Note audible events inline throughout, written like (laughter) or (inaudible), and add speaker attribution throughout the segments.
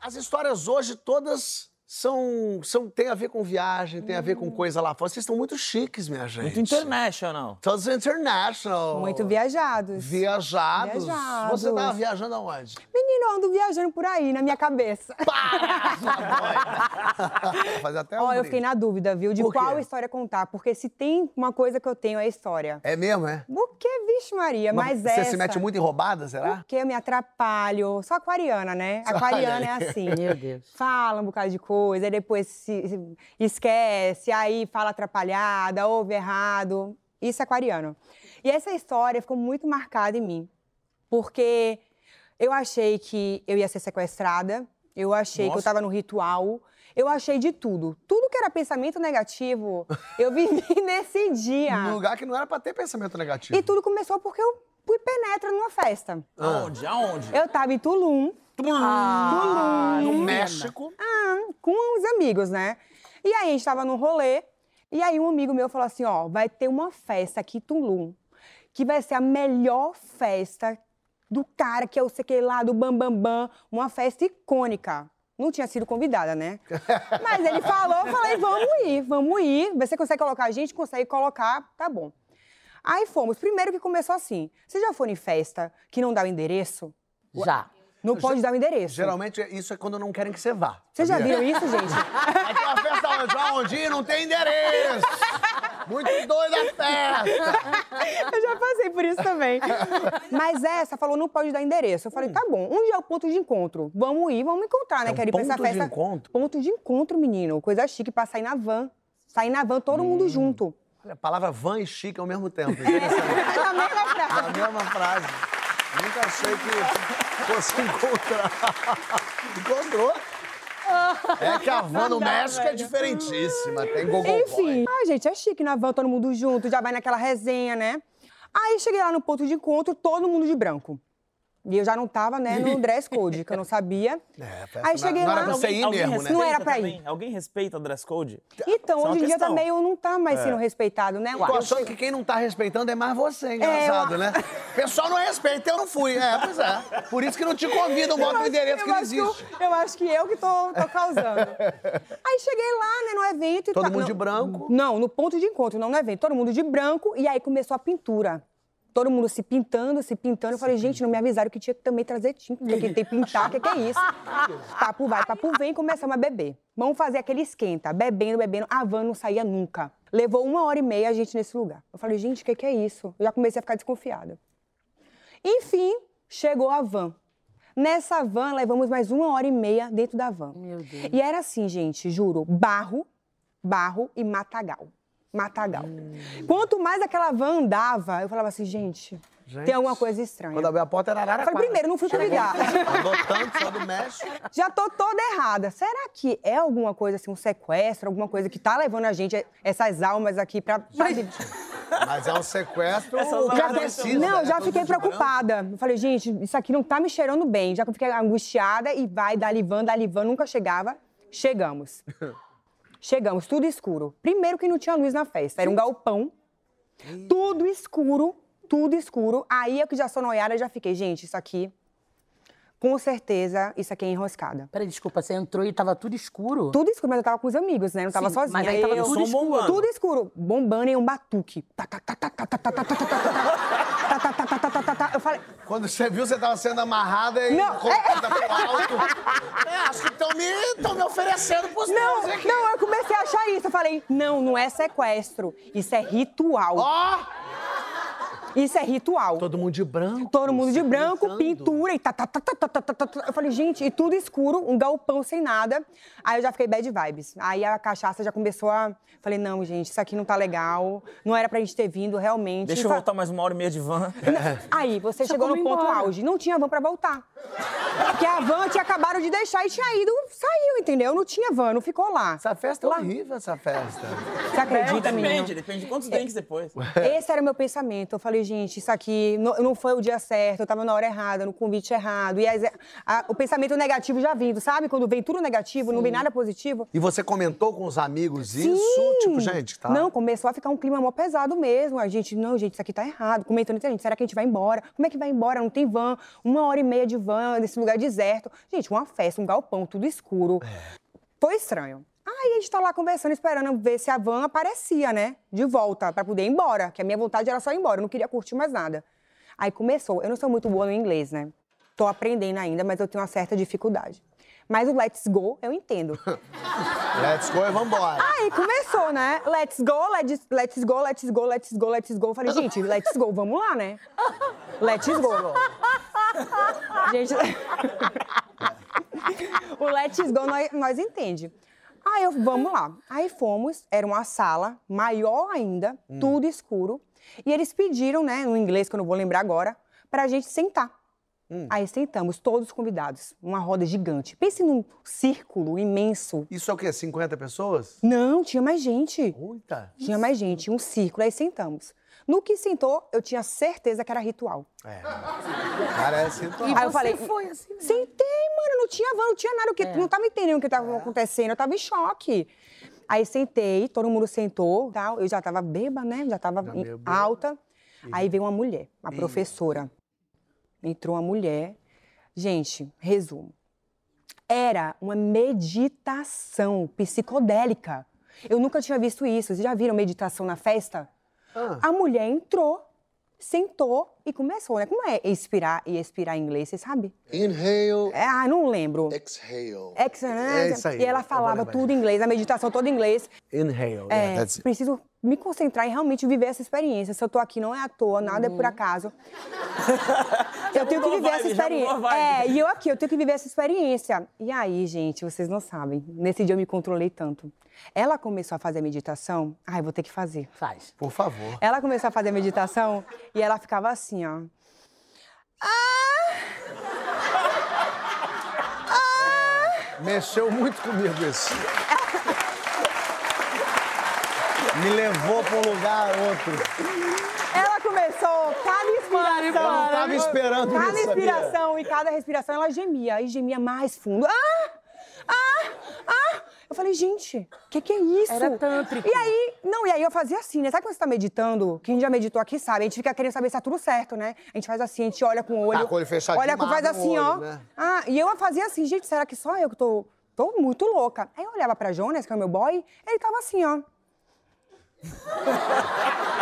Speaker 1: as histórias hoje todas são, são tem a ver com viagem, tem a ver
Speaker 2: Hum.
Speaker 1: com coisa lá fora. Vocês estão muito chiques, minha gente.
Speaker 3: Muito international.
Speaker 1: Todos international.
Speaker 2: Muito viajados.
Speaker 1: Viajados.
Speaker 2: Viajados.
Speaker 1: Você tava viajando aonde?
Speaker 2: Menino, eu ando viajando por aí, na minha cabeça.
Speaker 1: Para! sua doida. Vou Fazer até um
Speaker 2: Ó, eu
Speaker 1: brinde.
Speaker 2: fiquei na dúvida, viu, de
Speaker 1: Por quê?
Speaker 2: qual história contar. Porque se tem uma coisa que eu tenho, é história.
Speaker 1: É mesmo, é?
Speaker 2: Porque, vixe Maria, mas,
Speaker 1: Você
Speaker 2: É essa...
Speaker 1: se mete muito em roubada, será?
Speaker 2: Porque eu me atrapalho. Sou aquariana, né? Aquariana
Speaker 1: Olha aí.
Speaker 2: é assim.
Speaker 3: Meu Deus.
Speaker 2: Fala um bocado de coisa, aí depois se, se esquece, aí fala atrapalhada, ouve errado. Isso é aquariano. E essa história ficou muito marcada em mim, porque eu achei que eu ia ser sequestrada, eu achei que eu
Speaker 1: Nossa.
Speaker 2: estava no ritual, eu achei de tudo. Tudo que era pensamento negativo, eu (laughs) vivi nesse dia.
Speaker 1: Num lugar que não era pra ter pensamento negativo.
Speaker 2: E tudo começou porque eu fui penetra numa festa.
Speaker 3: Aonde? Aonde?
Speaker 2: Eu tava em Tulum,
Speaker 3: Ah,
Speaker 1: no
Speaker 3: menina.
Speaker 1: México.
Speaker 2: com uns amigos, né? E aí a gente tava num rolê, e aí um amigo meu falou assim: ó, vai ter uma festa aqui em Tulum, que vai ser a melhor festa do cara que é o sei que lá, do Bambambam, bam, bam, uma festa icônica. Não tinha sido convidada, né? Mas ele falou, eu falei, vamos ir, vamos ir. Você consegue colocar a gente? Consegue colocar, tá bom. Aí fomos. Primeiro que começou assim. Vocês já foram em festa que não dá o endereço?
Speaker 3: Já.
Speaker 2: Não pode dar o endereço.
Speaker 1: Geralmente, isso é quando não querem que você vá.
Speaker 2: Vocês Assim. já
Speaker 1: sabia?
Speaker 2: viram isso, gente?
Speaker 1: Aqui é uma festa onde? Aonde? ir, Não tem endereço. Muito doida a festa.
Speaker 2: (laughs) Eu já passei por isso também. Mas essa falou, não pode dar endereço. Eu falei, tá bom, onde é o ponto de encontro? Vamos ir, vamos encontrar, né?
Speaker 1: É um
Speaker 2: Quero ir pra essa
Speaker 1: ponto de
Speaker 2: festa.
Speaker 1: encontro?
Speaker 2: Ponto de encontro, menino. Coisa chique pra sair na van. Sair na van, todo
Speaker 1: Hum.
Speaker 2: mundo junto.
Speaker 1: Olha, a palavra van e chique ao mesmo tempo. Interessante.
Speaker 2: Na mesma
Speaker 1: É (laughs)
Speaker 2: frase.
Speaker 1: a mesma frase. Nunca achei que fosse encontrar. Encontrou. É que a van no México é diferentíssima. Tem Google
Speaker 2: Enfim. Ah, gente, é chique na van, todo mundo junto, já vai naquela resenha, né? Aí cheguei lá no ponto de encontro, todo mundo de branco. E eu já não tava, né,
Speaker 1: (laughs)
Speaker 2: no dress code, que eu não sabia.
Speaker 1: É, parece
Speaker 2: Aí
Speaker 1: que não-
Speaker 2: cheguei
Speaker 1: não
Speaker 2: lá.
Speaker 1: era pra você ir
Speaker 3: Alguém
Speaker 1: mesmo, né?
Speaker 3: respeita
Speaker 2: Não era pra ir.
Speaker 3: também? Alguém respeita o dress code?
Speaker 2: Então,
Speaker 3: Isso é uma
Speaker 2: hoje em dia
Speaker 3: questão.
Speaker 2: também eu não tá
Speaker 1: É.
Speaker 2: mais sendo respeitado, né?
Speaker 1: Tô
Speaker 2: Eu
Speaker 1: achando que quem não tá respeitando é mais você, engraçado, né? O pessoal não respeita, eu não fui. É, pois é. Por isso que não te convidam, bota o
Speaker 2: acho-
Speaker 1: endereço que não
Speaker 2: acho eu-
Speaker 1: existe.
Speaker 2: eu acho que eu que tô, tô causando.
Speaker 1: (laughs)
Speaker 2: aí cheguei lá, né, no evento. e
Speaker 1: Todo
Speaker 2: tá-
Speaker 1: mundo
Speaker 2: não-
Speaker 1: de branco.
Speaker 2: Não, no ponto de encontro, não no evento. Todo mundo de branco e aí começou a pintura. Todo mundo se pintando, se pintando. Eu falei, gente, não me avisaram que tinha que também trazer tinta,
Speaker 1: (laughs)
Speaker 2: que tem que pintar, o que, que é isso? papo vai, papo vem, começamos a beber. Vamos fazer aquele esquenta, bebendo, bebendo. A van não saía nunca. Levou uma hora e meia a gente nesse lugar. Eu falei, gente, o que, que é isso? Eu já comecei a ficar desconfiada. Enfim, chegou a van. Nessa van, levamos mais uma hora e meia dentro da van.
Speaker 3: Meu Deus.
Speaker 2: E era assim, gente, juro, barro, barro e matagal. Matagal. Quanto mais aquela van andava, eu falava assim, gente,
Speaker 1: Gente,
Speaker 2: tem alguma coisa estranha.
Speaker 1: Quando abriu a porta era
Speaker 2: Eu
Speaker 1: Araraquara.
Speaker 2: falei, primeiro, não fui convidada.
Speaker 1: Mandou tanto só do México.
Speaker 2: Já tô toda errada. Será que é alguma coisa assim, um sequestro, alguma coisa que tá levando a gente, essas almas aqui pra. sabe?
Speaker 1: Mas é um sequestro
Speaker 3: Essas
Speaker 1: que
Speaker 3: horas-
Speaker 1: precisa,
Speaker 2: é Não,
Speaker 1: né?
Speaker 2: já
Speaker 1: Todo
Speaker 2: fiquei
Speaker 1: mundo de branco.
Speaker 2: preocupada. Eu falei, gente, isso aqui não tá me cheirando bem. Já fiquei angustiada e vai, dali van, dali van, nunca chegava. Chegamos. Chegamos, tudo escuro. Primeiro que não tinha luz na festa, era um galpão. Tudo escuro, tudo escuro. Aí eu que já sou noiada, já fiquei, gente, isso aqui, com certeza, isso aqui é enroscada.
Speaker 4: Peraí, desculpa, você entrou e tava tudo escuro?
Speaker 2: Tudo escuro, mas eu tava com os amigos, né? Não tava
Speaker 4: Sim,
Speaker 2: sozinha.
Speaker 4: mas aí tava
Speaker 2: eu,
Speaker 4: tudo
Speaker 3: Som
Speaker 4: escuro.
Speaker 3: bombando.
Speaker 2: tudo escuro, bombando em um batuque. Tá, tá, tá, tá, tá, tá, tá, tá, tá, tá, tá, tá, tá, tá, tá, tá, tá, tá, tá. Eu falei,
Speaker 1: Quando você viu, você tava sendo amarrada e
Speaker 2: Não, é,
Speaker 1: colocada pro alto. É, acho que estão me, tão me oferecendo pros
Speaker 2: Não,
Speaker 1: meus aqui.
Speaker 2: não, eu comecei a achar isso. Eu falei, não, não é sequestro. Isso é ritual.
Speaker 1: Ó!
Speaker 2: Isso é ritual.
Speaker 1: Todo mundo de branco.
Speaker 2: Todo mundo de
Speaker 1: se
Speaker 2: branco,
Speaker 1: pintando.
Speaker 2: pintura e tá, tá, tá, tá, tá, tá, tá, tá. Eu falei, gente, e tudo escuro, um galpão sem nada. Aí eu já fiquei bad vibes. Aí a cachaça já começou a. Falei, não, gente, isso aqui não tá legal. Não era pra gente ter vindo, realmente.
Speaker 3: Deixa
Speaker 2: E
Speaker 3: eu
Speaker 2: fa-
Speaker 3: voltar mais uma hora e meia de van.
Speaker 2: Aí você chegou no
Speaker 4: como
Speaker 2: ponto
Speaker 4: embora.
Speaker 2: auge. Não tinha van pra voltar. Porque a van tinha acabado de deixar e tinha ido, saiu, entendeu? Não tinha van, não ficou lá.
Speaker 1: Essa festa é horrível, essa festa.
Speaker 2: Você acredita, menino?
Speaker 3: depende de quantos drinks depois.
Speaker 2: Esse era o meu pensamento. Eu falei, gente, isso aqui não, não foi o dia certo, eu tava na hora errada, no convite errado. E as- a- o pensamento negativo já vindo, sabe? Quando vem tudo negativo, não vem nada positivo.
Speaker 1: E você comentou com os amigos isso? Tipo, gente, tá?
Speaker 2: Não, começou a ficar um clima mó pesado mesmo. A gente, não, gente, isso aqui tá errado. Comentando entre a gente, será que a gente vai embora? Como é que vai embora? Não tem van. Uma hora e meia de van nesse lugar deserto. Gente, uma festa, um galpão, tudo escuro.
Speaker 1: É.
Speaker 2: Foi estranho. Aí a gente tá lá conversando, esperando ver se a van aparecia, né? De volta, pra poder ir embora. Que a minha vontade era só ir embora, eu não queria curtir mais nada. Aí começou. Eu não sou muito boa no inglês, né? Tô aprendendo ainda, mas eu tenho uma certa dificuldade. Mas o let's go, eu entendo.
Speaker 1: Let's go e vambora.
Speaker 2: Aí começou, né? Let's go, let's, let's go, let's go, let's go, let's go. Eu Falei, gente, let's go, vamos lá, né? Let's go. gente. (laughs) o let's go nós, nós entende. Aí eu, vamos lá. Aí fomos, era uma sala maior ainda, tudo escuro. E eles pediram, né, no inglês que eu não vou lembrar agora, pra gente sentar. Aí sentamos, todos convidados, uma roda gigante. Pense num círculo imenso.
Speaker 1: Isso é o quê? 50 pessoas?
Speaker 2: Não, tinha mais gente.
Speaker 1: Muita.
Speaker 2: Tinha mais gente, um círculo, aí sentamos. No que sentou, eu tinha certeza que era ritual.
Speaker 1: É. Parece então.
Speaker 2: aí eu falei,
Speaker 4: foi assim mesmo.
Speaker 1: É.
Speaker 2: sentei, mano, não tinha van, não tinha nada, o que, não tava entendendo o que tava acontecendo, eu tava em choque. Aí sentei, todo mundo sentou, tal, eu já tava beba, né, já tava
Speaker 1: Já
Speaker 2: em-
Speaker 1: meio bêbada.
Speaker 2: alta. Aí veio uma mulher, uma professora. Entrou uma mulher. Gente, resumo. Era uma meditação psicodélica. Eu nunca tinha visto isso. Vocês já viram meditação na festa?
Speaker 1: Ah.
Speaker 2: A mulher entrou, sentou e começou, né? Como é inspirar e expirar em inglês, vocês sabem?
Speaker 5: Inhale,
Speaker 2: É, ah, não lembro.
Speaker 5: exhale.
Speaker 2: Ex-
Speaker 1: É isso aí,
Speaker 2: E
Speaker 1: eu
Speaker 2: ela
Speaker 1: vou
Speaker 2: falava
Speaker 1: lembrar.
Speaker 2: tudo em inglês, a meditação toda em inglês.
Speaker 1: Inhale.
Speaker 2: É,
Speaker 1: yeah, that's it.
Speaker 2: preciso me concentrar e realmente viver essa experiência. Se eu tô aqui, não é à toa, nada é por
Speaker 3: (laughs)
Speaker 2: acaso. eu tenho que
Speaker 3: mudou a
Speaker 2: viver
Speaker 3: Uhum. vibe, já mudou a
Speaker 2: essa experiência.
Speaker 3: vibe.
Speaker 2: É, e eu aqui, eu tenho que viver essa experiência. E aí, gente, vocês não sabem. Nesse dia eu me controlei tanto. Ela começou a fazer a meditação. Ai, vou ter que fazer.
Speaker 4: Faz.
Speaker 1: Por favor.
Speaker 2: Ela começou a fazer a meditação e ela ficava assim, ó.
Speaker 1: Mexeu muito comigo isso. Me levou pra um lugar outro.
Speaker 2: Ela começou tá cada inspiração.
Speaker 1: Eu não tava esperando
Speaker 2: Cada
Speaker 1: isso, sabia?
Speaker 2: Tá inspiração e cada respiração ela gemia e gemia mais fundo. Ah! Ah! Ah! Eu falei, gente, o que, que é isso?
Speaker 4: Era tântrico.
Speaker 2: E aí, não, e aí eu fazia assim, né? Sabe quando você tá meditando? Quem já meditou aqui sabe, a gente fica querendo saber se tá tudo certo, né? A gente faz assim, a gente olha com o olho.
Speaker 1: Tá com o olho fechadinho,
Speaker 2: Olha, com- faz
Speaker 1: abre o
Speaker 2: assim, ó.
Speaker 1: olho, né?
Speaker 2: Ah, e eu fazia assim, gente, será que só eu que tô. Tô muito louca. Aí eu olhava pra Jonas, que é o meu boy, ele tava assim, ó.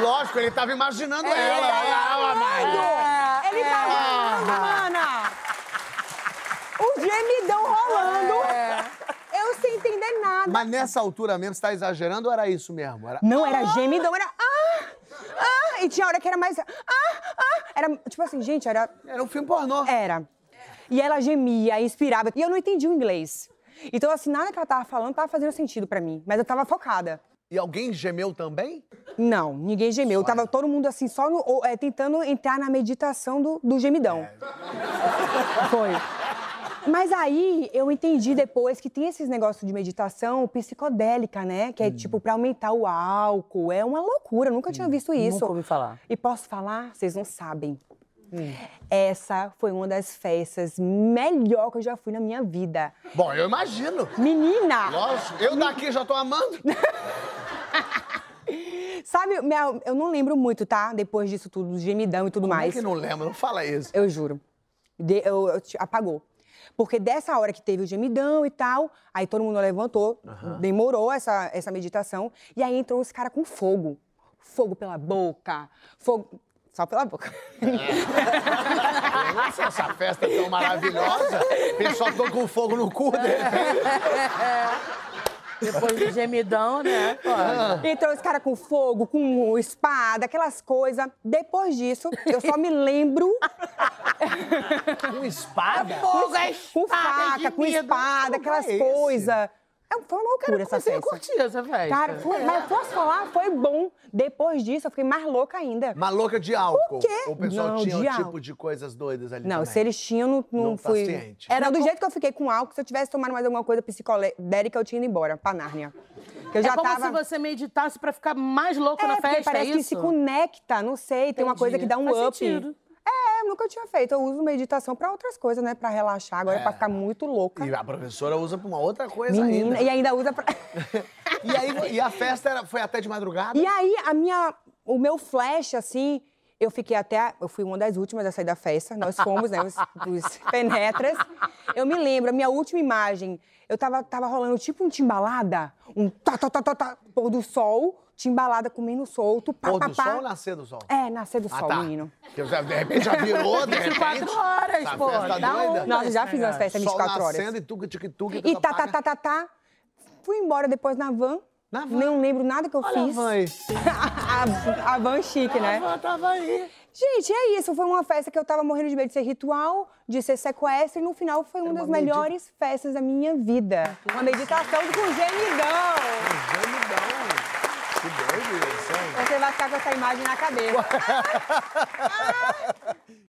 Speaker 1: Lógico, ele tava imaginando ela. ela, Mari.
Speaker 2: É, Ele tá rolando, mana! O gemidão rolando! Eu sem entender nada.
Speaker 1: Mas nessa altura mesmo, você tá exagerando ou era isso mesmo? Era...
Speaker 2: Não era gemidão, era. Ah! Ah! E tinha hora que era mais. Ah! Ah! Era tipo assim, gente, era.
Speaker 1: era um filme pornô.
Speaker 2: Era. E ela gemia, inspirava. E eu não entendi o inglês. Então, assim, nada que ela tava falando tava fazendo sentido pra mim. Mas eu tava focada.
Speaker 1: E alguém gemeu também?
Speaker 2: Não, ninguém gemeu. Tava todo mundo assim, só no- ou, é, tentando entrar na meditação do, do gemidão.
Speaker 1: É.
Speaker 2: (laughs) Foi. Mas aí eu entendi depois que tem esses negócios de meditação psicodélica, né? Que é
Speaker 1: Hum.
Speaker 2: tipo pra aumentar o álcool. É uma loucura, eu nunca tinha visto isso.
Speaker 4: ouvi falar.
Speaker 2: E posso falar? Vocês não sabem.
Speaker 1: Hum.
Speaker 2: Essa foi uma das festas melhor que eu já fui na minha vida.
Speaker 1: Bom, eu imagino.
Speaker 2: Menina!
Speaker 1: Lógico. Eu daqui já tô amando.
Speaker 2: Sabe, minha- eu não lembro muito, tá? Depois disso tudo, do gemidão e tudo
Speaker 1: Como é
Speaker 2: mais.
Speaker 1: que não lembra? Não fala isso.
Speaker 2: Eu juro. De- eu- eu te- apagou. Porque dessa hora que teve o gemidão e tal, aí todo mundo levantou, demorou essa, essa meditação, e aí entrou os caras com fogo. Fogo pela boca, fogo. Só pela
Speaker 4: (laughs)
Speaker 2: boca. (laughs)
Speaker 1: Nossa, essa festa é tão maravilhosa. O pessoal tô com fogo no cu dele.
Speaker 4: Depois do gemidão,
Speaker 2: Ah.
Speaker 4: né? Pode.
Speaker 2: Entrou os caras com fogo, com espada, aquelas coisas. Depois disso, eu só me lembro
Speaker 1: Com espada?
Speaker 4: (laughs) Fogo, é
Speaker 2: com
Speaker 4: espada,
Speaker 2: faca, com espada,
Speaker 1: é
Speaker 2: aquelas
Speaker 1: esse?
Speaker 2: coisas. Foi uma loucura essa
Speaker 4: Você
Speaker 2: festa.
Speaker 4: curtiu essa festa?
Speaker 2: Cara, foi, mas posso falar? Foi bom. Depois disso, eu fiquei mais louca ainda.
Speaker 1: Maluca de álcool.
Speaker 2: O quê?
Speaker 1: O pessoal
Speaker 2: Não,
Speaker 1: tinha um
Speaker 2: de
Speaker 1: tipo
Speaker 2: álcool.
Speaker 1: de coisas doidas ali
Speaker 2: Não,
Speaker 1: também.
Speaker 2: se eles tinham, não, não,
Speaker 1: Não tá
Speaker 2: fui.
Speaker 1: ciente.
Speaker 2: Era do jeito que eu fiquei com álcool, se eu tivesse tomado mais alguma coisa psicodélica, eu tinha ido embora pra Nárnia. Eu já
Speaker 4: é como
Speaker 2: tava...
Speaker 4: se você meditasse pra ficar mais louco
Speaker 2: É,
Speaker 4: na
Speaker 2: porque
Speaker 4: festa,
Speaker 2: parece
Speaker 4: é
Speaker 2: que
Speaker 4: isso?
Speaker 2: se conecta, não sei, tem uma coisa que dá um
Speaker 4: Faz
Speaker 2: up.
Speaker 4: sentido.
Speaker 2: É, eu nunca tinha feito. Eu uso meditação pra outras coisas, né? Pra relaxar, agora é. pra ficar muito louca.
Speaker 1: E a professora usa pra uma outra coisa
Speaker 2: Menina,
Speaker 1: ainda.
Speaker 2: e ainda usa pra...
Speaker 1: (laughs) E, aí, e a festa era- foi até de madrugada?
Speaker 2: E aí, a minha, o meu flash, assim, eu fiquei até. a- Eu fui uma das últimas a sair da festa. Nós fomos, né? Os, os (laughs) penetras. Eu me lembro, a minha última imagem, eu tava, tava rolando tipo um timbalada, um tá, tá, tá, tá, tá, pôr do sol, timbalada comendo solto, pá,
Speaker 1: Pôr
Speaker 2: pá,
Speaker 1: do
Speaker 2: pá.
Speaker 1: sol Ah, tá. ou nascer do sol?
Speaker 2: É, nascer do sol, menino.
Speaker 1: Porque eu já- de repente já virou, de repente.
Speaker 4: 24 horas,
Speaker 1: Essa
Speaker 4: pô,
Speaker 1: festa
Speaker 4: dá
Speaker 1: tá doida. É,
Speaker 4: onda.
Speaker 2: Nossa, eu já
Speaker 4: esse
Speaker 2: fiz umas
Speaker 4: negócio.
Speaker 2: festas
Speaker 1: Sol
Speaker 2: 24 horas.
Speaker 1: nascendo e tuc, tic, tuc.
Speaker 2: E tá, tá, tá, tá, tá. Fui embora depois na van.
Speaker 1: Na van?
Speaker 2: Não lembro nada que eu
Speaker 1: Olha,
Speaker 2: tá, fiz.
Speaker 1: mãe.
Speaker 2: a, a van chique, né?
Speaker 4: Eu tava aí.
Speaker 2: Gente, é isso. Foi uma festa que eu tava morrendo de medo de ser ritual, de ser sequestro, e no final foi uma, das melhores festas da minha vida. Uma meditação com gemidão.
Speaker 1: Gemidão. Que doido isso, hein?
Speaker 2: Você vai ficar com essa imagem na cabeça.